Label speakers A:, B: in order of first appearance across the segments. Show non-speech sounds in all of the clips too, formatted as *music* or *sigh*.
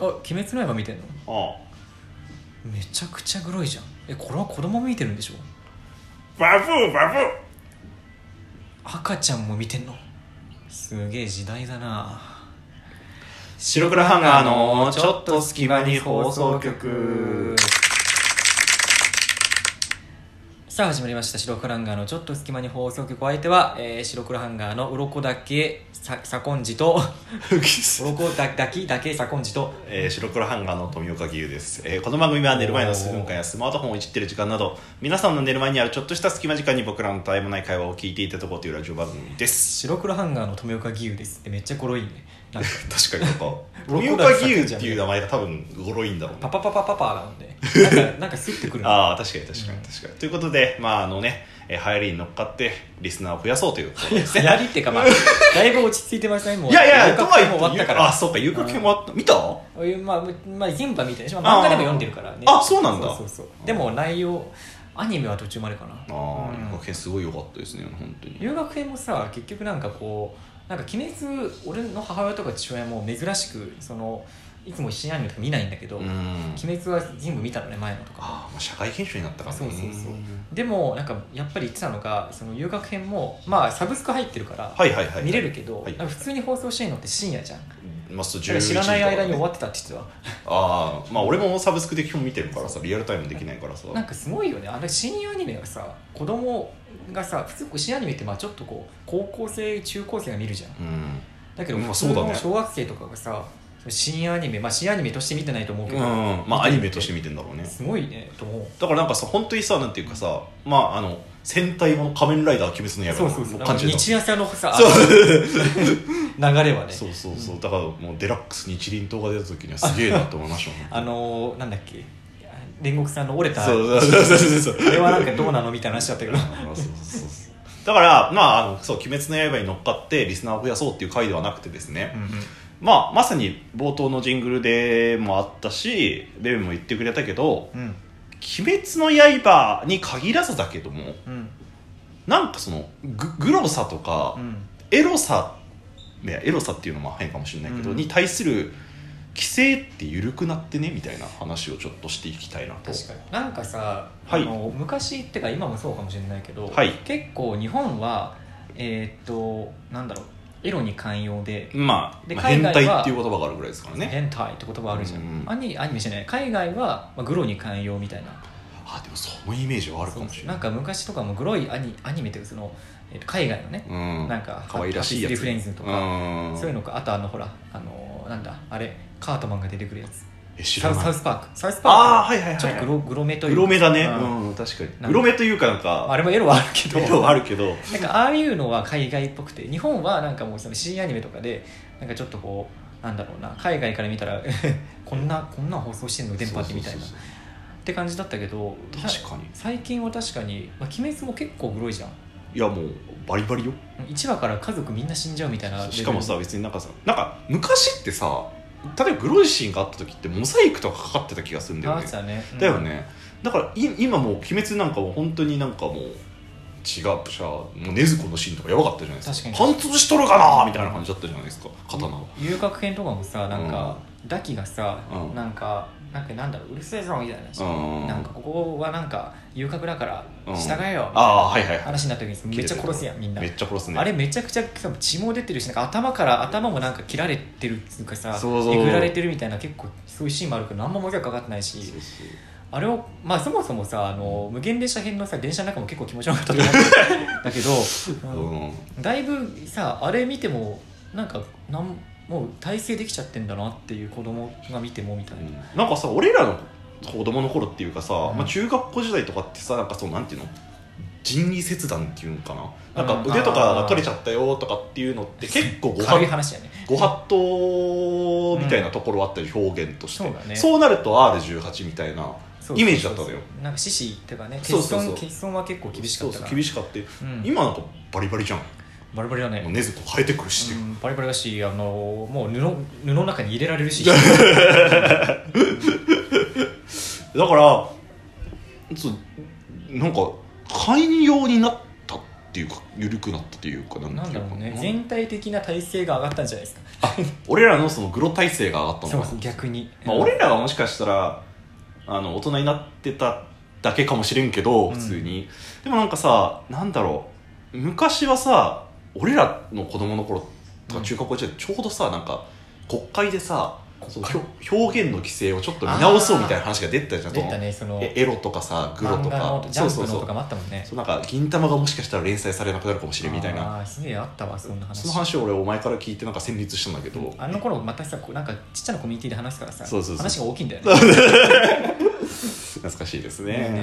A: あ鬼滅の刃見てんの
B: あ
A: めちゃくちゃグロいじゃんえこれは子供も見てるんでしょ
B: バブーバブー
A: 赤ちゃんも見てんのすげえ時代だな
B: 白黒ハンガーのちょっと隙間に放送局
A: さあ始まりました白黒ハンガーのちょっと隙間に放送局お相手は、えー、白黒ハンガーの鱗だけさ左近次と *laughs* 鱗だだきだけ左近次と
B: えー、白黒ハンガーの富岡義勇です、えーこの番組は寝る前の数分間やスマートフォンをいじってる時間など皆さんの寝る前にあるちょっとした隙間時間に僕らの絶えもない会話を聞いていただこうというラジオ番組です
A: 白黒ハンガーの富岡義勇ですってめっちゃゴロいねなんか
B: 確か *laughs* になんか富
A: 僕
B: 岡
A: ら
B: 義勇っていう名前が多分ゴロいんだろう
A: パ
B: な
A: パパパパパーなんでなんかなんかスッてくるの
B: ああ確かに確かに確かに、ということでまああのねえー流行りに乗っかってリスナーを増やそうということ *laughs* ですね
A: 流行りっていうかまあだいぶ落ち着いてますねもう
B: いやいや
A: 遊
B: と
A: 郭
B: はいえ
A: も終わったから
B: あそうか遊郭編終わった見た
A: こういうまあ、まあ、全部は見たでしょ漫画でも読んでるからね
B: あそうなんだ
A: そうそうそうでも内容アニメは途中までかな
B: ああ、
A: うん
B: 留学編すごい良かったですね本当に
A: 留学編もさ結局なんかこうなんか鬼滅俺の母親とか父親も珍しくそのいつも一緒にアニメとか見ないんだけど、
B: うん
A: 鬼滅は全部見たのね前のとか
B: ああ、まあ、社会研修になったからね
A: そうそうそうでもなんかやっぱり言ってたのがその留学編もまあサブスク入ってるから
B: はいはいはい
A: 見れるけど、
B: はい
A: なんか普通に放送してるのって深夜じゃん
B: まあ、そう
A: だから知らない間に終わってたって言って
B: ああまあ俺もサブスクで基本見てるからさリアルタイムできないからさ
A: たなんかすごいよねあの深夜アニメがさ子供がさ普通こう深夜アニメってまあちょっとこう高校生中高生が見るじゃん
B: うん
A: だけど
B: まあ
A: 普通
B: そうだ
A: の
B: ね
A: 小学生とかがさ深夜アニメまあ深夜アニメとして見てないと思うけ
B: う
A: ど、
B: んまあアニメとして見てんだろうね
A: すごいねと思う
B: だからなんかさ本当にさなんていうかさまああの戦隊もの仮面ライダー鬼滅の刃
A: そうそうそう
B: の
A: なんか
B: 感じだ
A: 日朝のさ
B: そう
A: あの流れはね
B: そうそうそうだからもうデラックス日輪刀が出た時にはすげえなと思
A: *laughs*
B: いましたもん
A: あのー、なんだっけ煉獄さんの折れた
B: そうそうそうそうそう
A: これはなんかどうなのみたいな話だったけど
B: あそうそうそうだから、まあ、あのそう「鬼滅の刃」に乗っかってリスナーを増やそうっていう回ではなくてですね、まあ、まさに冒頭のジングルでもあったしベベも言ってくれたけど
A: うんうん
B: 「鬼滅の刃」に限らずだけども
A: うん
B: なんかそのググロさとか
A: う、ん
B: エロさいやエロさっていうのも変かもしれないけど、
A: うん
B: に対する規制って緩くなってねみたいな話をちょっとしていきたいなと
A: 確かになんかさ、
B: はい
A: あの昔ってか今もそうかもしれないけど、
B: はい
A: 結構日本はえーっとなんだろうエロに寛容で
B: まあ、
A: で
B: まあ
A: 海
B: 変
A: 外は
B: 態っていう言葉があるぐらいですからね
A: 変態って言葉あるじゃん、
B: うん
A: アニアニメじゃない海外は、まあ、グロに寛容みたいな
B: あでもそのイメージはあるかもしれない
A: んか昔とかもグロいアニアニメっていうかその、えーと海外のね、
B: うん
A: なんか
B: 可愛らしい
A: ハッ
B: や
A: ピースリー
B: つ
A: フレンズとか
B: うん
A: そういうのかあとあのほらあのーなんだあれカートマンが出てくるやつ
B: え知
A: サ
B: ら
A: ウ
B: ない
A: サウスパークサウスパーク
B: ああはいはいはい
A: ちょっとグログロめという
B: グロ目だね
A: うん
B: うん確かに
A: か
B: グロ目というかなんか
A: あれもエロはあるけど
B: エロはあるけ
A: な
B: ど
A: んかああいうのは海外っぽくて日本はなんかもうその C アニメとかでなんかちょっとこうなんだろうな海外から見たら *laughs* こんなこんな放送してんの電波ってみたいな
B: そうそう
A: って感じだったけど
B: そう確かに
A: 最近は確かに「まあ、鬼滅」も結構グロいじゃん
B: いやもうバリバリよ
A: 1話から家族みんな死んじゃうみたいなレベル
B: しかもさ別になんかさなんか昔ってさ例えばグロいシーンがあった時ってモザイクとかかかってた気がするんだよ
A: あ
B: ね
A: ったね
B: だよねだからい今もう鬼滅なんかもう本当になんかもう違うプシャもう禰豆子のシーンとかやばかったじゃないですか
A: 確かに
B: 貫通しとるかなみたいな感じだったじゃないですか刀が
A: 遊郭編とかもさなんか、ダキがさ、
B: うん
A: なんかなんかなんだろううるせえぞみたいな話、
B: うん
A: なんかここはなんか遊郭だから
B: うん
A: 従えよ、
B: ああはいはいはい
A: 話になった時にめっちゃ殺すやんみんな
B: めっちゃ殺すね
A: あれめちゃくちゃ多分血も出てるしなんか頭から頭もなんか切られてるっていうかさ
B: そうそう
A: えぐられてるみたいな結構そういうシーンもあるけど何も文字がかかってないし
B: そうそ
A: あれをまあそもそもさあの無限列車編のさ電車の中も結構気持ち悪かったと思うんだけど、
B: う
A: うん
B: うん
A: だいぶさあれ見てもなんかなんもう体制できちゃってんだなっていう子供が見てもみたいな、
B: なんかさ俺らの子供の頃っていうかさ、
A: ん
B: まあ、中学校時代とかってさなんかそうなんていうの人為切断っていうのかななん
A: うん
B: か腕とかが取れちゃったよとかっていうのって結構ご
A: 軽い
B: は
A: 話やね
B: ご法度みたいなところあったり表現として、
A: そうだね
B: そうなると R18 みたいな
A: そう
B: イメージだったのよ
A: なんか獅子っていうかね欠
B: そう
A: 損
B: そうそう
A: 欠損は結構厳しかった
B: そう
A: から
B: そう厳しかって、
A: うん
B: 今なんかバリバリじゃんも
A: バリバリだね
B: う禰豆子生えてくるし、
A: うんバリバリだしあのもう布布の中に入れられる
B: *laughs*
A: し
B: だからそうなんか寛容になったっっていうか緩くなったというかなん
A: なん
B: て
A: だ
B: いう
A: ろ
B: か
A: うね全体的な体勢が上がったんじゃないですか
B: 俺らのそのグロ体制が上がった
A: そ
B: の
A: う
B: かな
A: 逆に、
B: まあ、俺らはもしかしたらあの大人になってただけかもしれんけど普通に、でもなんかさなんだろう昔はさ俺らの子供の頃とか中学校時代、ちょうどさなんか国会でさそ
A: 国
B: の
A: 会
B: 表表現の規制をちょっと見直そうみたいな話が出てたじゃん
A: 出たねそ
B: そ
A: の
B: のえエロとかさグロと
A: 漫画
B: か
A: のジャ
B: そう
A: ンプ
B: そうそ
A: のと
B: う
A: かもあったもんね
B: そうなんか銀魂がもしかしたら連載されなくなるかもしれんみたいな
A: あーすげえあったわそんな話
B: その話を俺お前から聞いてなんか戦慄したんだけど、
A: あの頃またさこうなんかちっちゃなコミュニティで話すからさ
B: そうそうそう
A: 話が大きいんだよね
B: *laughs* 懐かしいです
A: ね
B: ね
A: えねえね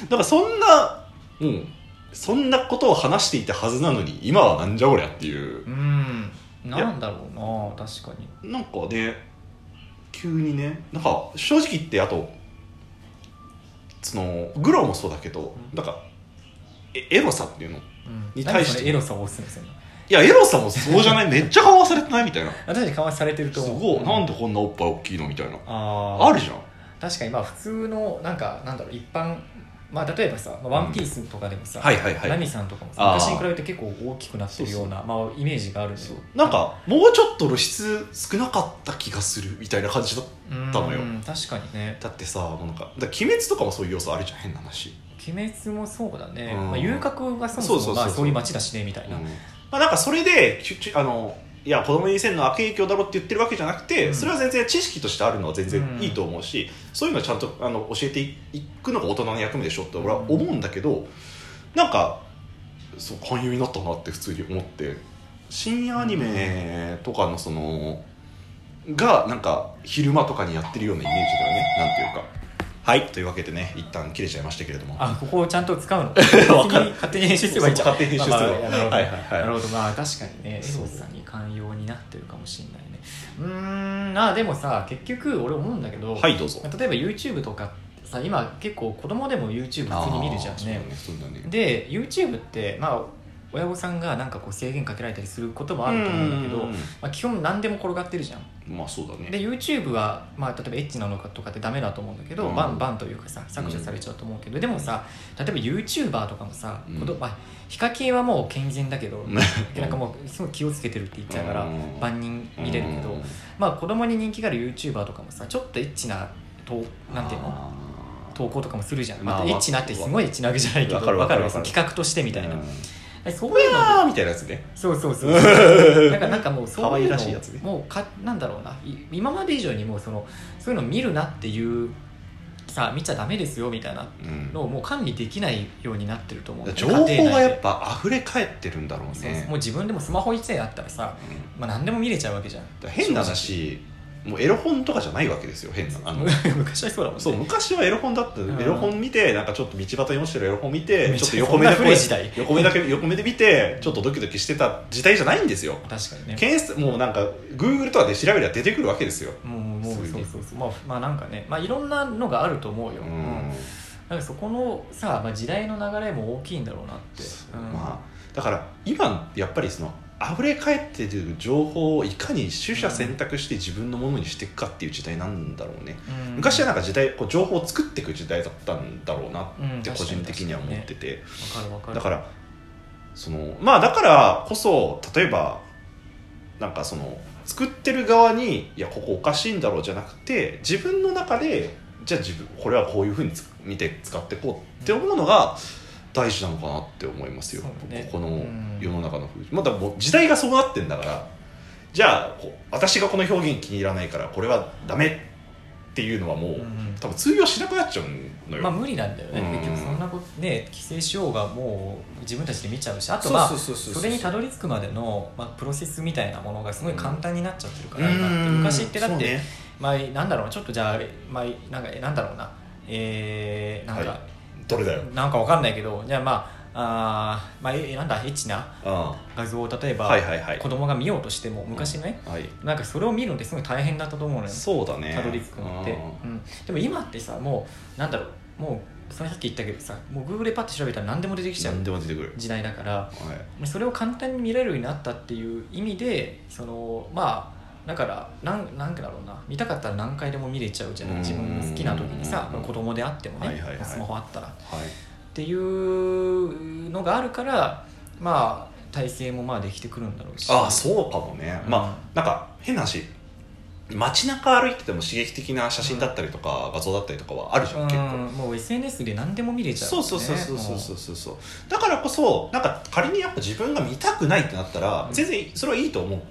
B: うんだからそんなうんそんなことを話していたはずなのに今はなんじゃこりゃっていう
A: う、んなんだろうな確かに
B: なんかね急にねなんか正直言ってあとそのグロもそうだけど、
A: うん
B: なんかえエロさっていうのい
A: うん
B: に対し
A: な
B: て
A: んでそのエロさを押すんですよね
B: やエロさもそうじゃない *laughs* めっちゃかわされてないみたいな
A: 私に緩和されてると
B: す
A: 思う
B: ごいなん
A: で
B: でこんなおっぱい大きいのみたいな
A: あー
B: あるじゃん
A: 確かにまあ普通のなんかなんだろう一般まあ例えばさ「まあワンピースとかでもさ、
B: はいはいはい
A: ナミさんとかもさ
B: あー
A: 昔に比べて結構大きくなってるようなまあ、イメージがあるんだよ
B: なんかもうちょっと露出少なかった気がするみたいな感じだった
A: うん
B: たのよ
A: 確かにね
B: だってさもうなんかだから鬼滅とかもそういう要素あるじゃん変な話、
A: 「鬼滅」もそうだね、
B: うん
A: まあ、遊郭がそ
B: そう
A: もそ
B: そうそうそう
A: もまあそういう街だしねみたいな、
B: まあ、なんかそれでちゅちゅあのいや子供にせんの悪影響だろって言ってるわけじゃなくて、
A: うん
B: それは全然知識としてあるのは全然
A: うん
B: いいと思うし、そういうのはちゃんとあの教えていいくのが大人の役目でしょって俺は思うんだけど、なんかそう勧誘になったなって普通に思って深夜アニメとかのそのがなんか昼間とかにやってるようなイメージだよねなんていうか。はいというわけでね一旦切れちゃいましたけれども。
A: あここをちゃんと使うの
B: *laughs* わかる
A: 勝手に編集すればいいじゃん
B: そう勝手に編集すれば
A: まあまあ
B: はいはいはい
A: なるほどまあ確かにねエロ
B: そう
A: さんに寛容になってるかもしれないねうーんまあでもさ結局俺思うんだけど、
B: はいどうぞ。
A: 例えば YouTube とかさ今結構子供でも YouTube 普通に見るじゃんね
B: あーそうだねそうだね
A: で YouTube ってまあ親御さんがなんかこう制限かけられたりすることもあると思うんだけど、
B: うん
A: まあ、基本何でも転がってるじゃん
B: まあそうだね
A: で YouTube は、まあ、例えばエッチなのかとかってダメだと思うんだけど、
B: うん
A: バンバンというかさ削除されちゃうと思うけど、でもさ例えば YouTuber とかもさ、
B: うん
A: 子どまあ、ヒカキンはもう健全だけど、
B: *laughs* うん
A: なんかもうすごい気をつけてるって言っちゃうから、
B: うん
A: 万人見れるけど、
B: うん
A: まあ子供に人気がある YouTuber とかもさちょっとエッチなとなんていうの
B: あ
A: 投稿とかもするじゃん、
B: まあ
A: またエッチなってすごいエッチなわけじゃないけど
B: わかるわかる
A: わその企画としてみ
B: ー
A: たいな、
B: うん
A: そういうの
B: あーみたいなやつね
A: そうそうそう
B: *laughs*
A: なんかなんかもう
B: 可
A: そうい
B: 愛
A: う
B: ら
A: の
B: しいやつね
A: もうかなんだろうない今まで以上にもうそのそういうの見るなっていうさ見ちゃダメですよみたいな
B: うん
A: のをもう管理できないようになってると思う
B: 情報がやっ
A: ぱ
B: ぱ溢れ返ってるんだろうね
A: もう自分でもスマホ一台あったらさ、
B: うん
A: まあ、何でも見れちゃうわけじゃん
B: だから変な話もうエロ本とかじゃないわけですよ変なあの
A: *laughs* 昔はそうだもんね
B: そう昔はエロ本だった、
A: ん
B: エロ本見てなんかちょっと道端に落ちてるエロ本見て
A: め
B: ち
A: ちゃ
B: ょっと横目だ
A: そんな古い時代
B: 横目だけ横目で見てちょっとドキドキしてた時代じゃないんですよ
A: 確かにね
B: 検索もうなんか Google とかで調べりゃ出てくるわけですよ
A: もうもう
B: す
A: そう
B: ご
A: そ
B: いう
A: そうまあまあなんかねまあいろんなのがあると思うよ、
B: う
A: うん
B: ん
A: なんかそこのさ、まあ、時代の流れも大きいんだろうなって、うん
B: まあ、だから今やっぱりそのあふれ返ってる情報をいかに取捨選択して自分のものにしていくかっていう時代なんだろうね、
A: うん
B: 昔はなんか時代こう情報を作っていく時代だったんだろうな
A: うん
B: って個人的には思ってて、
A: わかるわかる
B: だからそのまあだからこそ例えばなんかその作ってる側にいやここおかしいんだろうじゃなくて自分の中でじゃあ自分これはこういうふうにつ見て使っていこうって思うのが大事なのかなって思いますよ、
A: そうね
B: ここの
A: うん
B: 世の中の風潮、まあだからもう時代がそうなってんだからじゃあこう私がこの表現気に入らないからこれはダメっていうのはもう、
A: うん
B: 多分通用しなくなっちゃうのよ、
A: まあ無理なんだよね、
B: うん
A: 結局そんなことね規制しようがもう自分たちで見ちゃうしあとまあ
B: うそう
A: それにたどり着くまでの、まあ、プロセスみたいなものがすごい簡単になっちゃってるから、今って
B: うん
A: 昔ってだ
B: そ
A: っ
B: う
A: て、
B: ね
A: まあなんだろうちょっとじゃあ、まあ、なんかなんだろうなえー、なんか、
B: はどれだよ
A: なんかわかんないけどじゃあまああーまあ、えなんだエッチな
B: あ
A: 画像を例えば、
B: はいはいはい
A: 子供が見ようとしても昔ね、
B: あはい
A: なんかそれを見るのってすごい大変だったと思うのよ
B: そうだね
A: たどり着くのって、うん、でも今ってさもうなんだろうもうそれさっき言ったけどさもう Google でパッと調べたら何でも出てきちゃう
B: 何でも出てくる
A: 時代だから
B: はい
A: それを簡単に見れるようになったっていう意味でそのまあだからなんなんかだろうな見たかったら何回でも見れちゃうじゃ
B: う
A: なんい自分の好きな時にさ
B: うん
A: 子供であってもね、
B: はいはいはい
A: スマホあったらっ
B: はい
A: ていうのがあるからまあ体型もまあできてくるんだろうし
B: ああそうかもね、
A: うん
B: まあなんか変な話街中歩いてても刺激的な写真だったりとか画像だったりとかはあるじゃ
A: う
B: ん、結構
A: んもう SNS で何でも見れちゃう、
B: そ
A: ね、
B: うそうそうそうそうそうそうそうだからこそなんか仮にやっぱ自分が見たくないってなったら
A: うん
B: 全然それはいいと思う
A: うん、うん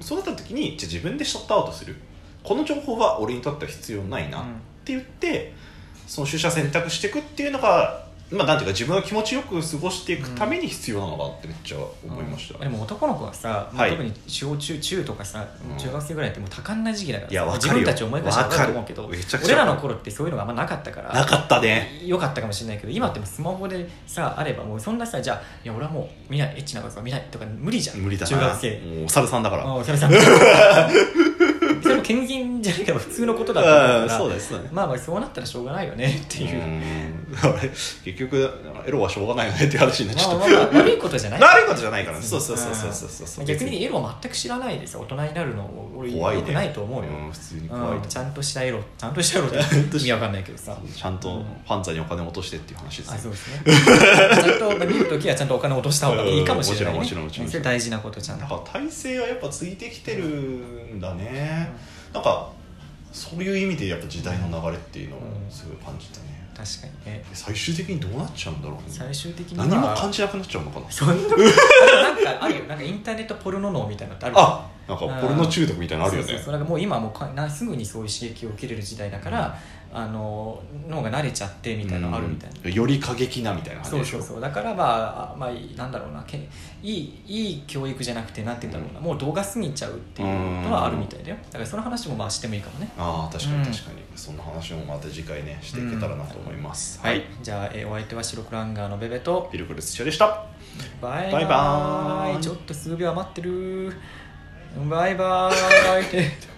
B: そうなった時にじゃあ自分でシャットアウトするこの情報は俺にとっては必要ないな、って言ってその取捨選択していくっていうのがまあなんていうか自分の気持ちよく過ごしていくために必要なのかってめっちゃ思いました、
A: でも男の子はさ、
B: はい
A: 特に小中中とかさ、
B: うん
A: 中学生ぐらいってもう多感な時期だからさ
B: いやわか
A: 自
B: るよ
A: 分たち思い返して分かると思うけ
B: わ
A: ど
B: かるめちゃくち
A: 俺
B: ゃわからる
A: の頃ってそういうのがあんまなかったから
B: なかったね
A: 良かったかもしれないけど今ってもうスマホでさあればもうそんなさじゃあいや俺はもう見ないエッチなことは見ないとか無理じゃん
B: 無理だな
A: 中学生
B: もうお猿さんだから
A: あおささん
B: *laughs*
A: それも権限じゃないけど普通のことだと思
B: う
A: うんから
B: そうですそうです
A: まあまあそうなったらしょうがないよねっていうう、
B: ん *laughs* あれ結局エロはしょうがないよねっていう話になっち
A: ま
B: ゃ
A: あ
B: っ
A: まあまあ悪いことじゃない
B: た悪いことじゃないからねそうそうそうそうそうそうそううん
A: 逆にエロを全く知らないでさ大人になるの俺
B: 怖いね
A: よくないと思うよ、
B: うん普通に怖い
A: うん
B: と
A: ちゃんとしたエロちゃんとしたエロって意味わかんないけどさ
B: ちゃんとファンザにお金落としてっていう話です
A: あ
B: ね
A: そうですねちゃんとまあ見るときはちゃんとお金落とした方がいいかもしれない、ね、
B: うんもちろんもちろんもち
A: そ
B: ろん
A: れ大事なことちゃん
B: なん
A: と
B: か体勢はやっぱついてきてるんだね、なんかそういう意味でやっぱ時代の流れっていうのをすごい感じたね、
A: 確かにね
B: 最終的にどうなっちゃうんだろうね
A: 最終的には
B: 何も感じなくなっちゃうのかな
A: そんななんかあるよなんかインターネットポルノ脳みたいなのってあるよね
B: あなんかポルノ中毒みたいなのあるよ
A: そう
B: ね
A: そうそうだからもう今はもうかなすぐにそういう刺激を受けれる時代だから、あの脳が慣れちゃってみたいなのあるみたいな、
B: うんより過激なみたいな感じ
A: そう
B: でし
A: そ
B: ょ
A: うそうだからまあ、あまあ、なんだろうなけいいいい教育じゃなくてなんて言うんだろうな、もう動画過ぎちゃうっていうのはあるみたいだよだからその話もまあしてもいいかもね
B: ああ確かに
A: うん
B: 確かに、そんな話もまた次回ねしていけたらなと思います、
A: はい、じゃあ、えーお相手は白クランガーのベベと
B: ピルクルスチョでした
A: バイ
B: バイバーイ *laughs*
A: ちょっと数秒余ってるバイバーイ